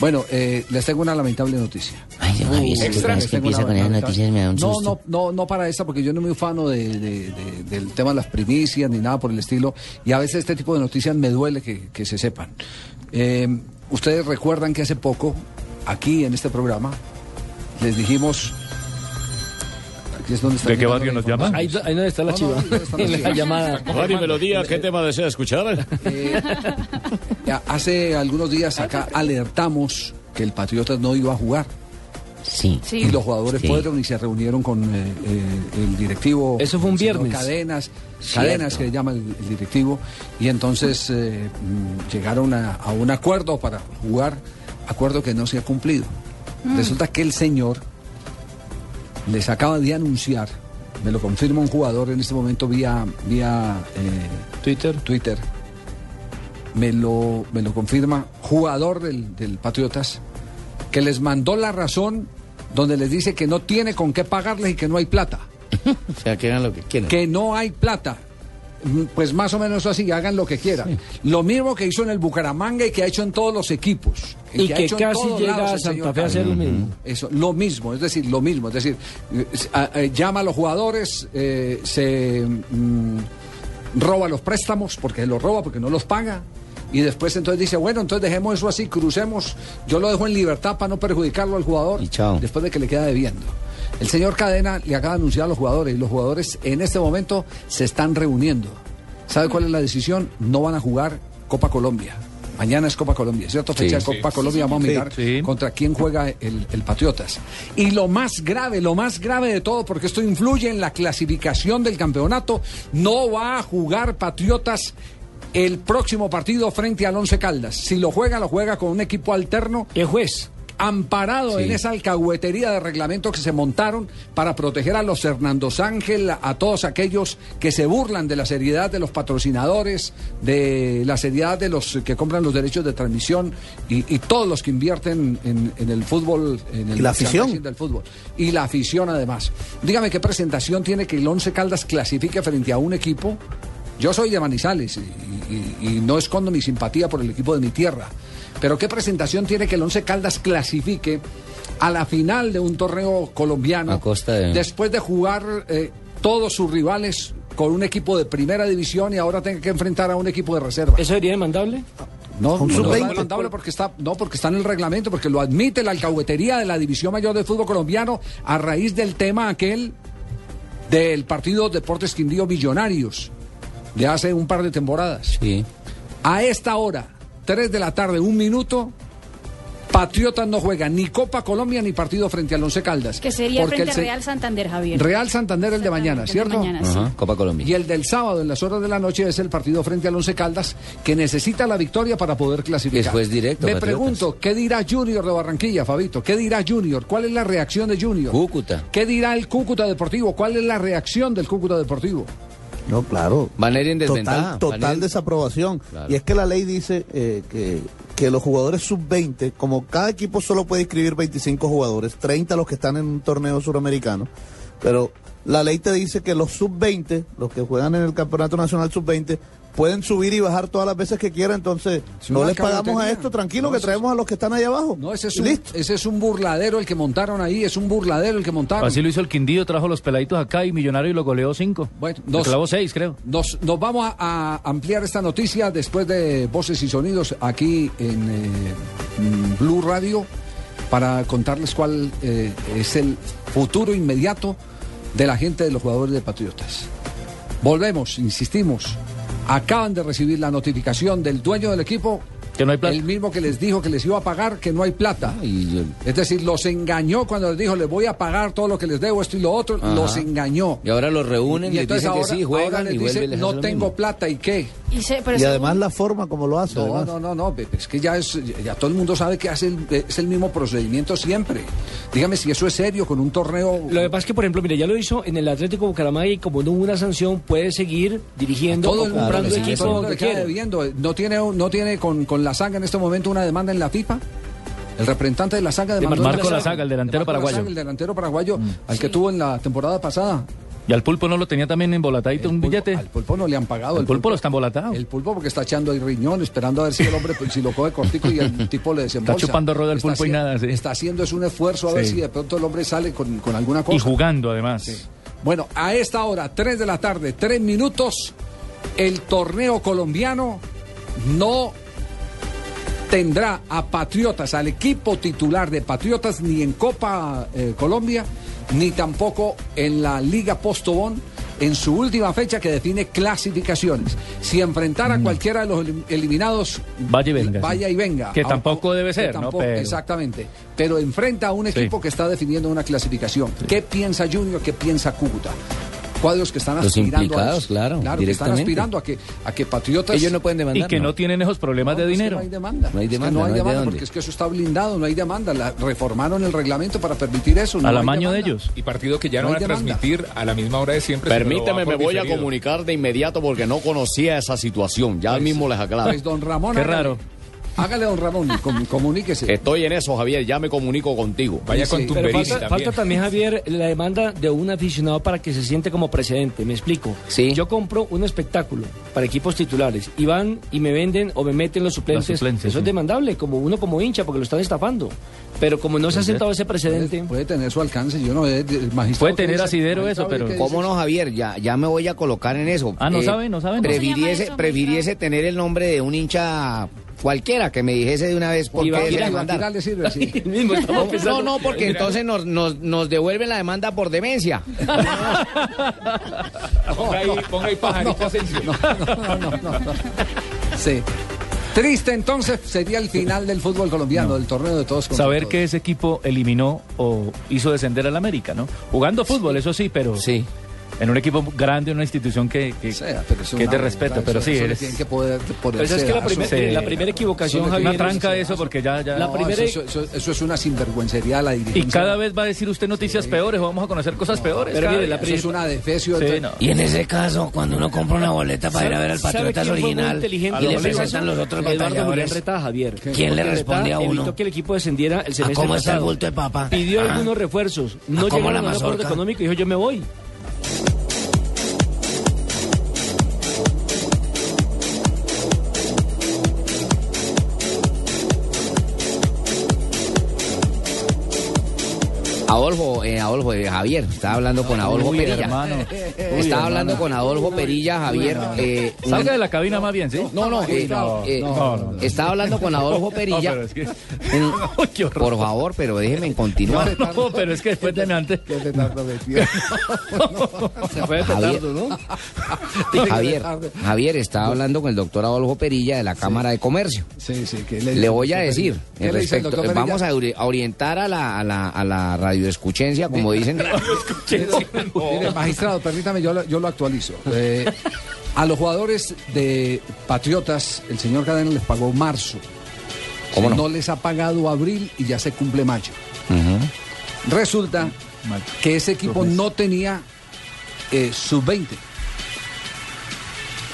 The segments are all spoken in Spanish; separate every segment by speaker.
Speaker 1: Bueno, eh, les tengo una lamentable noticia.
Speaker 2: Ay, don Javier, si cada vez que
Speaker 1: Tengo una
Speaker 2: empiezo con esas
Speaker 1: lamentable-
Speaker 2: noticias me da un
Speaker 1: no,
Speaker 2: susto.
Speaker 1: no, no, no para esta, porque yo no soy muy fano de- de- de- del tema de las primicias ni nada por el estilo. Y a veces este tipo de noticias me duele que, que se sepan. Eh, Ustedes recuerdan que hace poco, aquí en este programa, les dijimos. Aquí es donde está
Speaker 3: ¿De qué
Speaker 1: llegando
Speaker 3: barrio
Speaker 1: la
Speaker 3: nos llama?
Speaker 1: información.
Speaker 4: Ahí, ahí no está la
Speaker 1: No,
Speaker 4: chiva.
Speaker 1: no, ahí no está la
Speaker 4: En
Speaker 1: chiva.
Speaker 4: la llamada.
Speaker 5: Mari Melodía, ¿qué tema desea escuchar?
Speaker 1: Eh, ya, hace algunos días acá alertamos que el Patriotas no iba a jugar.
Speaker 2: Sí.
Speaker 6: Sí.
Speaker 1: Y los jugadores
Speaker 2: Sí.
Speaker 1: fueron y se reunieron con eh, eh, el directivo.
Speaker 4: Eso fue un
Speaker 1: el señor
Speaker 4: viernes.
Speaker 1: Cadenas,
Speaker 2: Cierto.
Speaker 1: cadenas que llama el, el directivo. Y entonces eh, mm, llegaron a, a un acuerdo para jugar, acuerdo que no se ha cumplido. Resulta que el señor les acaba de anunciar, me lo confirma un jugador en este momento vía, vía eh,
Speaker 4: Twitter.
Speaker 1: Twitter, me lo, me lo confirma, jugador del, del Patriotas, que les mandó la razón donde les dice que no tiene con qué pagarles y que no hay plata.
Speaker 2: O sea, que hagan lo que quieran.
Speaker 1: Que no hay plata. Mm, Pues más o menos así, hagan lo que quieran. Lo mismo que hizo en el Bucaramanga y que ha hecho en todos los equipos.
Speaker 4: Y
Speaker 1: ha
Speaker 4: que
Speaker 1: hecho en
Speaker 4: casi
Speaker 1: todos
Speaker 4: llega
Speaker 1: lados
Speaker 4: a
Speaker 1: el
Speaker 4: Santa
Speaker 1: señor
Speaker 4: Fe a hacer lo
Speaker 1: Cárdenas.
Speaker 4: mismo.
Speaker 1: Eso, lo mismo, es decir, lo mismo. Es decir, eh, s- a- eh, llama a los jugadores, eh, se mm, roba los préstamos, porque los roba, porque no los paga. Y después entonces dice, bueno, entonces dejemos eso así, crucemos, yo lo dejo en libertad para no perjudicarlo al jugador,
Speaker 2: Y chao.
Speaker 1: después de que le queda debiendo. El señor Cadena le acaba de anunciar a los jugadores y los jugadores en este momento se están reuniendo. ¿Sabe cuál es la decisión? No van a jugar Copa Colombia. Mañana es Copa Colombia, ¿cierto? Fecha de Copa Colombia, vamos a mirar
Speaker 3: sí.
Speaker 1: contra quién juega el, el Patriotas. Y lo más grave, lo más grave de todo, porque esto influye en la clasificación del campeonato, no va a jugar Patriotas el próximo partido frente al Once Caldas. Si lo juega, lo juega con un equipo alterno
Speaker 4: El juez.
Speaker 1: amparado en esa alcahuetería de reglamento que se montaron para proteger a los Hernando Ángel, a todos aquellos que se burlan de la seriedad de los patrocinadores, de la seriedad de los que compran los derechos de transmisión y, y todos los que invierten en, en el fútbol, en el
Speaker 7: La afición.
Speaker 1: merchandising del fútbol. Y la afición además. Dígame qué presentación tiene que el Once Caldas clasifique frente a un equipo. Yo soy de Manizales y, y- y no escondo mi simpatía por el equipo de mi tierra. Pero qué presentación tiene que el Once Caldas clasifique a la final de un torneo colombiano
Speaker 2: A costa de-
Speaker 1: después de jugar eh, todos sus rivales con un equipo de primera división y ahora tenga que enfrentar a un equipo de reserva.
Speaker 4: ¿Eso sería demandable?
Speaker 1: No, no,
Speaker 7: Un
Speaker 1: no,
Speaker 7: sub-veinte.
Speaker 1: no es demandable porque está, no, porque está en el reglamento, porque lo admite la alcahuetería de la División Mayor de Fútbol Colombiano a raíz del tema aquel del partido Deportes Quindío Millonarios de hace un par de temporadas.
Speaker 2: Sí.
Speaker 1: A esta hora, 3 de la tarde, un minuto, Patriotas no juega ni Copa Colombia ni partido frente al Once Caldas.
Speaker 6: Que sería
Speaker 1: Porque el
Speaker 6: frente a
Speaker 1: se-
Speaker 6: Real Santander, Javier.
Speaker 1: Real Santander el de mañana,
Speaker 6: Exactamente,
Speaker 1: ¿cierto?
Speaker 6: el de mañana, sí.
Speaker 2: Ajá, Copa Colombia.
Speaker 1: Ah, Y el del sábado en las horas de la noche es el partido frente al Once Caldas que necesita la victoria para poder clasificar.
Speaker 2: Es juez directo,
Speaker 1: Me
Speaker 2: Patriotas.
Speaker 1: pregunto, ¿qué dirá Junior de Barranquilla, Fabito? ¿Qué dirá Junior? ¿Cuál es la reacción de Junior?
Speaker 2: Cúcuta.
Speaker 1: ¿Qué dirá el Cúcuta Deportivo? ¿Cuál es la reacción del Cúcuta Deportivo?
Speaker 7: No, claro.
Speaker 2: Van a ir en desventaja. van a
Speaker 7: Total, total
Speaker 2: ir-
Speaker 7: desaprobación.
Speaker 2: Claro.
Speaker 7: Y es que la ley dice eh, que, que los jugadores sub-20, como cada equipo solo puede inscribir 25 jugadores, 30 los que están en un torneo suramericano, pero la ley te dice que los sub-20, los que juegan en el Campeonato Nacional sub-20, pueden subir y bajar todas las veces que quieran, entonces
Speaker 1: Es
Speaker 7: no
Speaker 1: una
Speaker 7: les pagamos a
Speaker 1: cabotería.
Speaker 7: esto, tranquilo,
Speaker 1: No,
Speaker 7: que
Speaker 1: eso-
Speaker 7: traemos a los que están ahí abajo.
Speaker 1: No, ese es
Speaker 7: Y
Speaker 1: un,
Speaker 7: listo.
Speaker 1: ese es un burladero el que montaron ahí, es un burladero el que montaron.
Speaker 3: Así lo hizo el Quindío, trajo los peladitos acá y Millonario y lo goleó 5.
Speaker 1: Bueno,
Speaker 3: Le
Speaker 1: dos.
Speaker 3: clavó 6, creo.
Speaker 1: Nos, nos vamos a, a ampliar esta noticia después de Voces y Sonidos aquí en eh, mm, Blue Radio para contarles cuál eh, es el futuro inmediato de la gente de los jugadores de Patriotas. Volvemos, insistimos. Acaban de recibir la notificación del dueño del equipo,
Speaker 3: Que no hay plata.
Speaker 1: el mismo que les dijo que les iba a pagar, que no hay plata.
Speaker 2: Y yo-
Speaker 1: Es decir, los engañó cuando les dijo, les voy a pagar todo lo que les debo, esto y lo otro,
Speaker 2: Ajá.
Speaker 1: los engañó.
Speaker 2: Y ahora los reúnen y, les
Speaker 1: entonces
Speaker 2: dicen que sí,
Speaker 1: ahora
Speaker 2: juegan
Speaker 1: les
Speaker 2: y vuelven
Speaker 1: dice,
Speaker 2: y les hacen
Speaker 1: no
Speaker 2: lo
Speaker 1: tengo
Speaker 2: mismo.
Speaker 1: plata y qué.
Speaker 6: Y, se- pero
Speaker 7: Y
Speaker 6: según-
Speaker 7: además la forma como lo hace.
Speaker 1: No,
Speaker 7: además.
Speaker 1: no, no, no, Pepe, es que ya es, ya todo el mundo sabe que hace el- es el mismo procedimiento siempre. Dígame si eso es serio con un torneo.
Speaker 4: Lo que pasa es que, por ejemplo, mire, ya lo hizo en el Atlético Bucaramanga y como no hubo una sanción, puede seguir dirigiendo
Speaker 1: Todo
Speaker 4: o
Speaker 1: el mundo,
Speaker 4: comprando
Speaker 1: le-
Speaker 2: sí,
Speaker 4: equipos
Speaker 1: todo el mundo
Speaker 4: donde
Speaker 1: le queda
Speaker 4: quiera.
Speaker 1: debiendo. ¿No tiene, no tiene con, con la saga en este momento una demanda en la FIFA? El representante de la saga de
Speaker 4: De
Speaker 1: Manuel
Speaker 4: Marco
Speaker 1: Lasaga.
Speaker 3: Lasaga, el delantero
Speaker 1: De Marco
Speaker 3: paraguayo.
Speaker 2: Mm.
Speaker 1: Lasaga, el delantero paraguayo, al que tuvo en la temporada pasada.
Speaker 3: Y al pulpo no lo tenía también embolatadito un
Speaker 1: Pulpo-
Speaker 3: billete.
Speaker 1: Al pulpo no le han pagado.
Speaker 3: Al pulpo lo está embolatado.
Speaker 1: El pulpo porque está echando ahí riñón, esperando a ver si el hombre pues, si lo coge cortico y el tipo le desembolsa.
Speaker 3: chupando rueda el
Speaker 1: Está
Speaker 3: pulpo y
Speaker 1: haci-
Speaker 3: nada, sí.
Speaker 1: Está haciendo es un esfuerzo a ver
Speaker 3: Sí.
Speaker 1: si de pronto el hombre sale con, con alguna cosa.
Speaker 3: Y jugando además.
Speaker 1: Bueno, a esta hora, 3 de la tarde, 3 minutos, el torneo colombiano no tendrá a Patriotas, al equipo titular de Patriotas, ni en Copa eh, Colombia, ni tampoco en la Liga Postobón, en su última fecha que define clasificaciones. Si enfrentara a cualquiera de los elim- eliminados,
Speaker 3: Mm. Vaya y venga,
Speaker 1: vaya
Speaker 3: sí.
Speaker 1: y venga.
Speaker 3: Que
Speaker 1: A-
Speaker 3: tampoco debe
Speaker 1: que
Speaker 3: ser, ¿no?
Speaker 1: tampoco-
Speaker 3: Pero-
Speaker 1: Exactamente. Pero enfrenta a un
Speaker 3: Sí.
Speaker 1: equipo que está definiendo una clasificación. ¿Qué piensa Junior? ¿Qué piensa Cúcuta? Cuadros que están
Speaker 2: Los
Speaker 1: aspirando a
Speaker 2: implicados,
Speaker 1: eso.
Speaker 2: claro,
Speaker 1: que están
Speaker 2: directamente.
Speaker 1: aspirando a que, a que Patriotas
Speaker 2: Ellos no pueden demandar.
Speaker 3: y que no. tienen esos problemas de
Speaker 1: no, es que
Speaker 3: dinero.
Speaker 1: No hay demanda.
Speaker 2: No hay
Speaker 1: Es que no
Speaker 2: demanda,
Speaker 1: hay
Speaker 2: no hay de
Speaker 1: demanda
Speaker 2: dónde.
Speaker 1: porque es que eso está blindado, no hay demanda. La- reformaron el reglamento para permitir eso. no
Speaker 3: Al
Speaker 1: hay
Speaker 3: amaño de
Speaker 1: demanda.
Speaker 3: ellos.
Speaker 6: Y partido que ya
Speaker 1: No
Speaker 6: no,
Speaker 1: hay
Speaker 6: van a
Speaker 1: demanda.
Speaker 6: transmitir a la misma hora de siempre. sino lo
Speaker 5: Permítame,
Speaker 6: van por
Speaker 5: me voy a
Speaker 6: diferido.
Speaker 5: comunicar de inmediato porque no conocía esa situación. Ya mismo les aclaro.
Speaker 1: Pues don Ramón.
Speaker 3: Qué
Speaker 1: hágale.
Speaker 3: raro.
Speaker 1: Hágale, don Ramón, y com- comuníquese.
Speaker 5: Estoy en eso, Javier. Ya me comunico contigo.
Speaker 6: Vaya
Speaker 1: Sí,
Speaker 6: con
Speaker 1: sí.
Speaker 6: tu
Speaker 4: Pero
Speaker 6: Berini
Speaker 4: falta,
Speaker 6: también.
Speaker 4: falta también, Javier, la demanda de un aficionado para que se siente como precedente. Me explico.
Speaker 2: Sí.
Speaker 4: Yo compro un espectáculo para equipos titulares y van y me venden o me meten los suplentes.
Speaker 3: Los suplentes,
Speaker 4: Eso es
Speaker 3: sí.
Speaker 4: demandable, como uno como hincha, porque lo están estafando. Pero como no se ha sentado ese precedente.
Speaker 1: Puede tener su alcance, yo no el magistrado
Speaker 3: Puede
Speaker 1: que
Speaker 3: tener
Speaker 1: dice-
Speaker 3: asidero
Speaker 1: el
Speaker 3: eso,
Speaker 1: magistrado
Speaker 3: pero-
Speaker 1: que dice-
Speaker 2: ¿Cómo no, Javier? Ya, ya me voy a colocar en eso.
Speaker 3: Ah, ¿no sabe? ¿No sabe? No.
Speaker 2: Prefiriese,
Speaker 8: ¿Cómo se llama eso,
Speaker 2: prefiriese tener el nombre de un hincha cualquiera que me dijese de una vez por
Speaker 4: Y
Speaker 2: qué
Speaker 4: va a
Speaker 2: debe
Speaker 4: tirar-
Speaker 1: Iván
Speaker 2: demandar.
Speaker 1: Tiral le sirve así.
Speaker 4: El mismo estamos
Speaker 2: No,
Speaker 4: pensando-
Speaker 2: no, porque entonces nos, nos, nos devuelven la demanda por demencia.
Speaker 6: Ponga ahí, ponga ahí pajarita, Asensio.
Speaker 1: No, no, no, no. Sí. Triste entonces sería el final del fútbol colombiano, del torneo de todos contra
Speaker 3: Saber
Speaker 1: todos.
Speaker 3: que ese equipo eliminó o hizo descender al América, ¿no? Jugando fútbol, eso sí, pero
Speaker 2: Sí.
Speaker 3: en un equipo grande, en una institución que, que,
Speaker 1: O sea, pero eso
Speaker 3: que es de
Speaker 1: una-
Speaker 3: respeto,
Speaker 1: eso-
Speaker 3: pero sí,
Speaker 1: eso le
Speaker 3: eres-
Speaker 1: tienen que poder poner
Speaker 4: Pero es que la,
Speaker 1: sedazo.
Speaker 2: Ah,
Speaker 4: primer-
Speaker 3: Sí.
Speaker 4: la primera equivocación,
Speaker 1: Eso le-
Speaker 4: Javier.
Speaker 3: una tranca eso porque ya... ya
Speaker 4: La
Speaker 1: No,
Speaker 4: primera-
Speaker 1: eso, eso- eso- eso es una sinvergüencería de la
Speaker 3: Y
Speaker 1: dirigencia.
Speaker 3: cada vez va a decir usted noticias peores o vamos a conocer cosas peores.
Speaker 4: pero
Speaker 3: cada
Speaker 4: mire, la
Speaker 3: día.
Speaker 1: Eso es una defecio.
Speaker 3: Sí,
Speaker 1: entonces-
Speaker 3: no.
Speaker 2: Y en ese caso, cuando uno compra una boleta para ir a ver al
Speaker 4: ¿Sabe
Speaker 2: Patriotas
Speaker 4: quién fue muy
Speaker 2: original
Speaker 4: inteligente?
Speaker 2: y le
Speaker 4: Eduardo
Speaker 2: presentan
Speaker 4: Julián.
Speaker 2: los otros
Speaker 4: Eduardo Julián
Speaker 2: batalladores,
Speaker 4: Reta, Javier.
Speaker 2: ¿quién le
Speaker 4: Reta
Speaker 2: responde a uno?
Speaker 4: Evitó que el equipo descendiera el
Speaker 2: ¿A
Speaker 4: semestre
Speaker 2: cómo está el
Speaker 4: pasado.
Speaker 2: bulto de papa?
Speaker 4: Pidió
Speaker 2: Ah.
Speaker 4: algunos refuerzos. No
Speaker 2: ¿A cómo
Speaker 4: llegaron
Speaker 2: la
Speaker 4: a un acuerdo
Speaker 2: mazorca?
Speaker 4: económico y dijo, yo me voy.
Speaker 2: Adolfo, eh, Adolfo, eh, Javier, estaba hablando con Adolfo
Speaker 3: Uy,
Speaker 2: Perilla.
Speaker 3: hermano.
Speaker 2: Estaba hablando con Adolfo Perilla, Javier. eh, un-
Speaker 3: Salga de la cabina más bien, ¿sí?
Speaker 2: No, no, eh, eh,
Speaker 3: no, no, no.
Speaker 2: estaba hablando con Adolfo
Speaker 3: No,
Speaker 2: Perilla.
Speaker 3: pero es que...
Speaker 2: un-
Speaker 3: Uy, qué horror.
Speaker 2: por favor, pero déjenme continuar.
Speaker 3: No, pero es que después de mi antes...
Speaker 1: Que te tardo metido.
Speaker 4: Se fue de
Speaker 2: Javier.
Speaker 4: petardo, ¿no?
Speaker 2: Javier, Javier estaba hablando con el doctor Adolfo Perilla de la Cámara de Comercio.
Speaker 1: Sí, sí, que
Speaker 2: Le voy a decir,
Speaker 1: ¿Qué
Speaker 2: en
Speaker 1: le dice el
Speaker 2: respecto,
Speaker 1: doctor Perilla?
Speaker 2: vamos a, ori- a orientar a la, a la, a la radioescuchencia, como dicen.
Speaker 1: Mire, magistrado, permítame, yo lo, yo lo actualizo. Eh, a los jugadores de Patriotas, el señor Cadena les pagó marzo.
Speaker 2: ¿Cómo no?
Speaker 1: les ha pagado abril y ya se cumple mayo. Resulta que ese equipo no tenía eh, sub-20.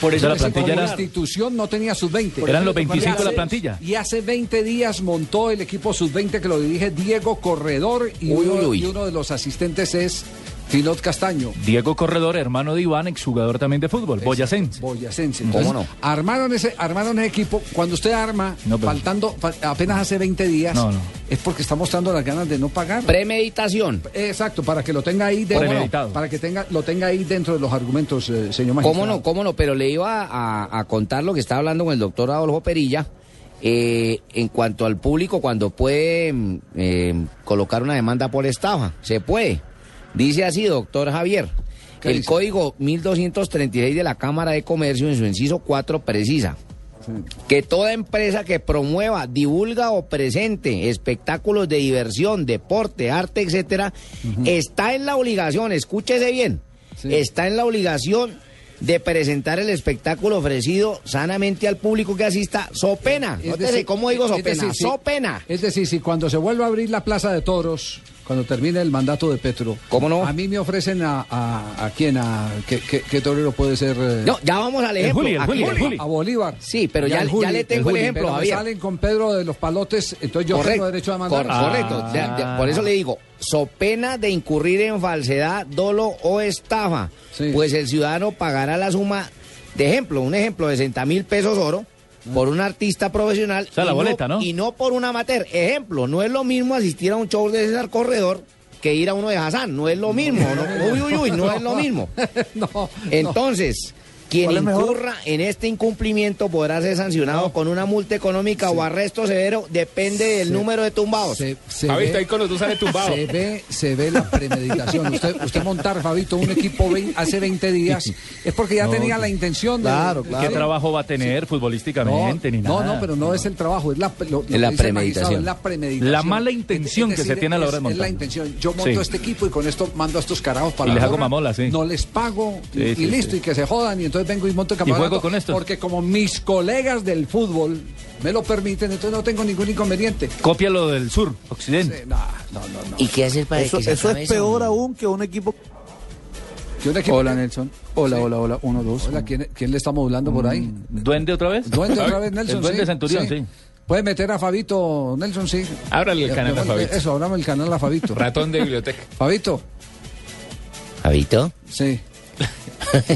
Speaker 4: Por eso
Speaker 3: De la
Speaker 4: les tocó
Speaker 3: plantilla
Speaker 1: Como
Speaker 3: era-
Speaker 4: jugar.
Speaker 1: institución no tenía sub-20.
Speaker 3: Eran
Speaker 1: Y
Speaker 3: los
Speaker 1: hace-
Speaker 3: 25 la plantilla.
Speaker 1: Y hace 20 días montó el equipo sub-20 que lo dirige Diego Corredor y,
Speaker 2: Uy,
Speaker 1: uno,
Speaker 2: uy.
Speaker 1: y uno de los asistentes es Filot Castaño.
Speaker 3: Diego Corredor, hermano de Iván, exjugador también de fútbol, boyacense.
Speaker 1: Boyacense.
Speaker 2: ¿Cómo
Speaker 1: Entonces,
Speaker 2: no?
Speaker 1: Armaron ese, armaron ese equipo. Cuando usted arma,
Speaker 3: No, pero-
Speaker 1: faltando fal- apenas hace 20 días,
Speaker 3: No, no.
Speaker 1: es porque está mostrando las ganas de no pagar.
Speaker 2: Premeditación.
Speaker 1: Exacto, para que lo tenga ahí dentro,
Speaker 3: Premeditado.
Speaker 1: para que tenga, lo tenga ahí dentro de los argumentos, eh, señor magistrado.
Speaker 2: ¿Cómo no? ¿Cómo no? Pero le iba a, a contar lo que estaba hablando con el doctor Adolfo Perilla. eh, en cuanto al público, cuando puede mm, eh, colocar una demanda por estafa, se puede. Dice así, doctor Javier.
Speaker 1: ¿Qué
Speaker 2: El
Speaker 1: dice?
Speaker 2: código 1236 de la Cámara de Comercio, en su inciso 4, precisa que toda empresa que promueva, divulga o presente espectáculos de diversión, deporte, arte, etcétera, está en la obligación, escúchese bien,
Speaker 1: Sí.
Speaker 2: está en la obligación de presentar el espectáculo ofrecido sanamente al público que asista, so pena.
Speaker 1: Es
Speaker 2: Nótese
Speaker 1: decir,
Speaker 2: cómo digo so
Speaker 1: es
Speaker 2: pena,
Speaker 1: decir, si-
Speaker 2: so pena.
Speaker 1: Es decir, si cuando se vuelva a abrir la plaza de toros, cuando termine el mandato de Petro.
Speaker 2: ¿Cómo no?
Speaker 1: A mí me ofrecen a, a, a quién, a qué, qué- qué torero puede ser. eh,
Speaker 2: No, ya vamos al ejemplo.
Speaker 3: Juli, el
Speaker 2: ¿A
Speaker 3: Juli,
Speaker 2: quién?
Speaker 3: el Juli.
Speaker 1: a Bolívar.
Speaker 2: Sí, pero
Speaker 1: Y
Speaker 2: ya-
Speaker 1: al
Speaker 2: ya le tengo el ejemplo,
Speaker 1: Pero me
Speaker 2: Javier.
Speaker 1: salen con Pedro de los palotes, entonces yo tengo derecho a mandar. Ah,
Speaker 2: cor- correcto. De- de- por eso le digo, so pena de incurrir en falsedad, dolo o estafa,
Speaker 1: Sí.
Speaker 2: pues el ciudadano pagará la suma, de ejemplo, un ejemplo de 60 mil pesos oro
Speaker 1: Ah.
Speaker 2: por un artista profesional
Speaker 3: sea, la
Speaker 2: y,
Speaker 3: boleta, ¿no?
Speaker 2: y no por un amateur. Ejemplo, no es lo mismo asistir a un show de César Corredor que ir a uno de Hassan, no es lo mismo, ¿no? uy, uy, uy, no es lo mismo.
Speaker 1: no,
Speaker 2: Entonces, quien
Speaker 7: ¿Cuál es mejor?
Speaker 2: incurra en este incumplimiento podrá ser sancionado con una multa económica o arresto severo, depende del número de tumbados.
Speaker 1: se, se
Speaker 6: Javi,
Speaker 1: ve-
Speaker 6: está ahí con los dos sale tumbado.
Speaker 1: Se ve, se ve la premeditación. Usted, usted montar, Fabito, un equipo vein- hace 20 días es porque ya tenía la intención de.
Speaker 7: Claro,
Speaker 1: de-
Speaker 7: claro.
Speaker 3: ¿Qué trabajo va a tener
Speaker 1: No,
Speaker 3: futbolísticamente? ni
Speaker 1: no,
Speaker 3: nada?
Speaker 1: no, pero no es el trabajo, es la, lo- lo
Speaker 2: Es la
Speaker 1: que dice el magistrado,
Speaker 2: premeditación.
Speaker 1: es la premeditación.
Speaker 3: La mala intención
Speaker 1: Es- es
Speaker 3: que se
Speaker 1: decir,
Speaker 3: tiene a la hora de
Speaker 1: es-
Speaker 3: montar.
Speaker 1: Es la intención. Yo monto
Speaker 3: Sí.
Speaker 1: este equipo y con esto mando a estos carajos para
Speaker 3: Y les
Speaker 1: la
Speaker 3: hago
Speaker 1: gorra,
Speaker 3: mamola, sí.
Speaker 1: No les pago
Speaker 3: Sí,
Speaker 1: y, y
Speaker 3: sí,
Speaker 1: listo,
Speaker 3: sí.
Speaker 1: y que se jodan. Y entonces vengo y monto el
Speaker 3: juego
Speaker 1: campeonato.
Speaker 3: con esto.
Speaker 1: Porque como mis colegas del fútbol me lo permiten, entonces no tengo ningún inconveniente.
Speaker 3: Copia lo del sur, occidente.
Speaker 1: Eh, no, no, no, no.
Speaker 2: ¿Y qué hacer para
Speaker 7: Eso,
Speaker 2: que se
Speaker 7: eso
Speaker 2: acabe
Speaker 7: es
Speaker 2: eso?
Speaker 7: peor aún que un equipo.
Speaker 1: Que un equipo-
Speaker 8: Hola, Nelson. Hola,
Speaker 1: Sí.
Speaker 8: hola, hola. Uno, dos.
Speaker 1: Hola, ¿quién, quién le está modulando por ahí?
Speaker 3: ¿Duende otra vez?
Speaker 1: Duende otra
Speaker 6: Ay,
Speaker 1: vez, Nelson.
Speaker 3: Mm. el duende
Speaker 1: sí,
Speaker 3: Centurión, sí.
Speaker 1: Puede meter a Fabito, Nelson, sí.
Speaker 6: Ábrale el
Speaker 1: Ya,
Speaker 6: canal a
Speaker 1: mejor,
Speaker 6: Fabito.
Speaker 1: Eso, abramos el canal a Fabito.
Speaker 6: Ratón de biblioteca.
Speaker 1: Fabito,
Speaker 2: ¿Javito?
Speaker 1: sí.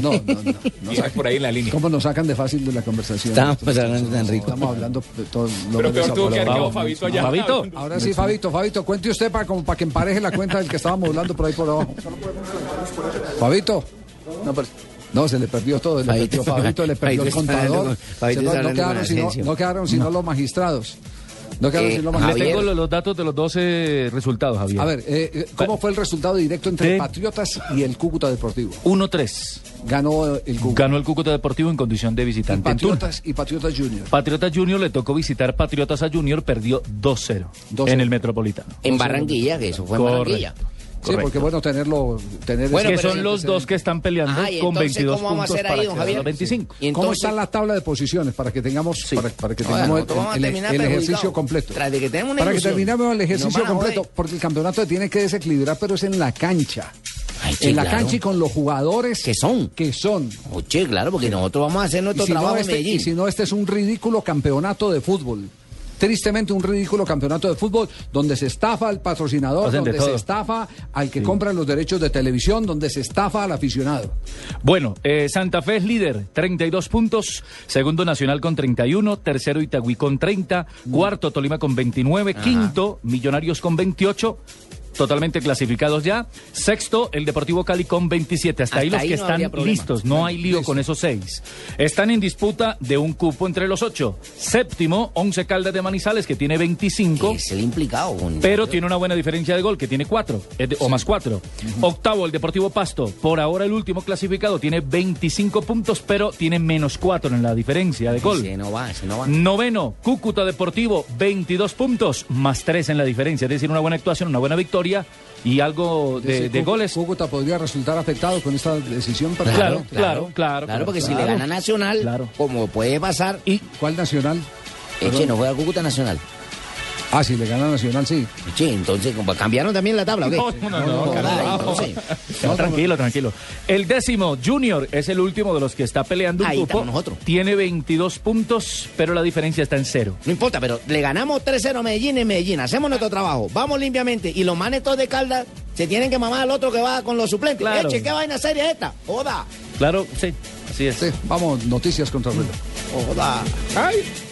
Speaker 1: No, no, no. no
Speaker 6: Mira,
Speaker 1: sa-
Speaker 6: por ahí en la línea.
Speaker 1: ¿Cómo nos sacan de fácil de la conversación?
Speaker 2: Estamos pues, hablando tan rico.
Speaker 1: Estamos hablando de todo. lo
Speaker 6: Pero
Speaker 1: menos
Speaker 6: peor tuvo que haber
Speaker 1: ahora.
Speaker 6: quedado Fabito allá.
Speaker 3: Fabito.
Speaker 1: Ahora sí, Fabito, Fabito, cuente usted para, como para que empareje la cuenta del que estábamos hablando por ahí por abajo. Fabito. No, pero- no, se le perdió todo, le
Speaker 2: Fabito.
Speaker 1: perdió Fabito, le perdió el
Speaker 2: Fabito está
Speaker 1: contador.
Speaker 2: hablando- Fabito
Speaker 1: Se- no,
Speaker 2: está
Speaker 1: no
Speaker 2: hablando
Speaker 1: quedaron
Speaker 2: con
Speaker 1: sino,
Speaker 2: Asensio.
Speaker 1: no quedaron sino los magistrados. No quedaron
Speaker 2: Eh,
Speaker 1: sino los
Speaker 2: Javier.
Speaker 3: Le
Speaker 1: magistrados.
Speaker 3: tengo lo- los datos de los 12 resultados, Javier.
Speaker 1: A ver, eh, eh, ¿cómo fue el resultado directo entre
Speaker 3: Sí.
Speaker 1: Patriotas y el Cúcuta Deportivo?
Speaker 3: 1-3.
Speaker 1: Ganó eh, el Cúcuta.
Speaker 3: Ganó el Cúcuta Deportivo en condición de
Speaker 1: Y
Speaker 3: visitante. en Tunja.
Speaker 1: Patriotas y Patriotas Junior.
Speaker 3: Patriotas Junior le tocó visitar Patriotas a Junior, perdió 2-0
Speaker 1: 2-0.
Speaker 3: en el Metropolitano.
Speaker 2: En Barranquilla, que eso fue en
Speaker 3: Correcto.
Speaker 2: Barranquilla.
Speaker 1: Sí,
Speaker 3: Correcto.
Speaker 1: porque bueno tenerlo. Tener
Speaker 2: Bueno,
Speaker 3: que
Speaker 1: ese
Speaker 2: pero
Speaker 3: son los
Speaker 1: antecedente.
Speaker 3: dos que están peleando
Speaker 2: Ajá, y
Speaker 3: con
Speaker 2: entonces,
Speaker 3: 22
Speaker 2: ¿cómo vamos a
Speaker 3: puntos
Speaker 2: hacer
Speaker 3: para
Speaker 2: ahí,
Speaker 3: que
Speaker 2: don
Speaker 3: sean los
Speaker 2: Javier?
Speaker 3: 25.
Speaker 2: Y
Speaker 1: ¿Cómo
Speaker 2: entonces-
Speaker 1: está la tabla de posiciones para que tengamos para, para que tengamos
Speaker 2: No, bueno,
Speaker 1: el-
Speaker 2: nosotros vamos a
Speaker 1: el,
Speaker 2: terminar
Speaker 1: el
Speaker 2: perjudicados.
Speaker 1: ejercicio completo?
Speaker 2: Tras de que tenemos una
Speaker 1: para que
Speaker 2: ilusión.
Speaker 1: terminemos el
Speaker 2: Y nos
Speaker 1: ejercicio
Speaker 2: van a joder.
Speaker 1: completo, porque el campeonato se tiene que desequilibrar, pero es en la cancha.
Speaker 2: Ay, sí,
Speaker 1: en la
Speaker 2: claro.
Speaker 1: cancha y con los jugadores
Speaker 2: Que son.
Speaker 1: que son.
Speaker 2: Oye, claro, porque nosotros vamos a hacer
Speaker 1: Y
Speaker 2: nuestro
Speaker 1: si,
Speaker 2: trabajo
Speaker 1: no,
Speaker 2: en
Speaker 1: este,
Speaker 2: Medellín.
Speaker 1: y si no, este es un ridículo campeonato de fútbol. Tristemente un ridículo campeonato de fútbol donde se estafa al patrocinador,
Speaker 3: Hacen de
Speaker 1: donde se
Speaker 3: todo.
Speaker 1: estafa al que compra los derechos de televisión, donde se estafa al aficionado.
Speaker 3: Bueno, eh, Santa Fe es líder, 32 puntos. Segundo Nacional con 31. Tercero Itagüí con 30.
Speaker 2: Mm.
Speaker 3: Cuarto Tolima con 29. Quinto Millonarios con 28. Totalmente clasificados ya. Sexto, el Deportivo Cali con 27. Hasta,
Speaker 2: Hasta
Speaker 3: ahí los
Speaker 2: ahí
Speaker 3: que
Speaker 2: no
Speaker 3: están
Speaker 2: habría problema.
Speaker 3: listos. No hay lío con esos seis. Están en disputa de un cupo entre los ocho. Séptimo, Once Caldas de Manizales, que tiene 25.
Speaker 2: Que es el implicado. con-
Speaker 3: Pero tiene una buena diferencia de gol, que tiene cuatro, es de- o más cuatro. Octavo, el Deportivo Pasto. Por ahora el último clasificado tiene 25 puntos, pero tiene menos cuatro en la diferencia de gol. Mm,
Speaker 2: Se no va, se no va.
Speaker 3: Noveno, Cúcuta Deportivo, 22 puntos, más tres en la diferencia. Es decir, una buena actuación, una buena victoria y algo
Speaker 1: Es
Speaker 3: de,
Speaker 1: decir,
Speaker 3: de
Speaker 1: Cú-
Speaker 3: goles.
Speaker 1: Cúcuta podría resultar afectado con esta decisión. para-
Speaker 3: Claro, claro, claro.
Speaker 2: Claro, porque si le
Speaker 3: claro.
Speaker 2: gana Nacional,
Speaker 3: Claro.
Speaker 2: como puede pasar,
Speaker 3: Y
Speaker 1: ¿Cuál nacional?
Speaker 2: Eche, no juega Cúcuta Nacional.
Speaker 1: Ah, si le gana Nacional, sí.
Speaker 2: Eche, entonces, como- ¿cambiaron también la tabla o qué?
Speaker 3: No, no, no,
Speaker 2: Joder,
Speaker 3: carajo.
Speaker 2: entonces,
Speaker 3: No, tranquilo, tranquilo. El décimo, Junior, es el último de los que está peleando un
Speaker 2: Ahí
Speaker 3: cupo.
Speaker 2: estamos nosotros.
Speaker 3: Tiene 22 puntos, pero la diferencia está en cero.
Speaker 2: No importa, pero le ganamos 3-0 a Medellín en Medellín. Hacemos nuestro trabajo. Vamos limpiamente. Y los manes todos de Caldas se tienen que mamar al otro que va con los suplentes.
Speaker 3: Claro.
Speaker 2: Eche, ¿qué vaina seria es esta? Joda.
Speaker 3: Claro, sí, así es.
Speaker 2: Mm.
Speaker 1: Sí, vamos, noticias contra reloj.
Speaker 2: Joda.
Speaker 6: Ay,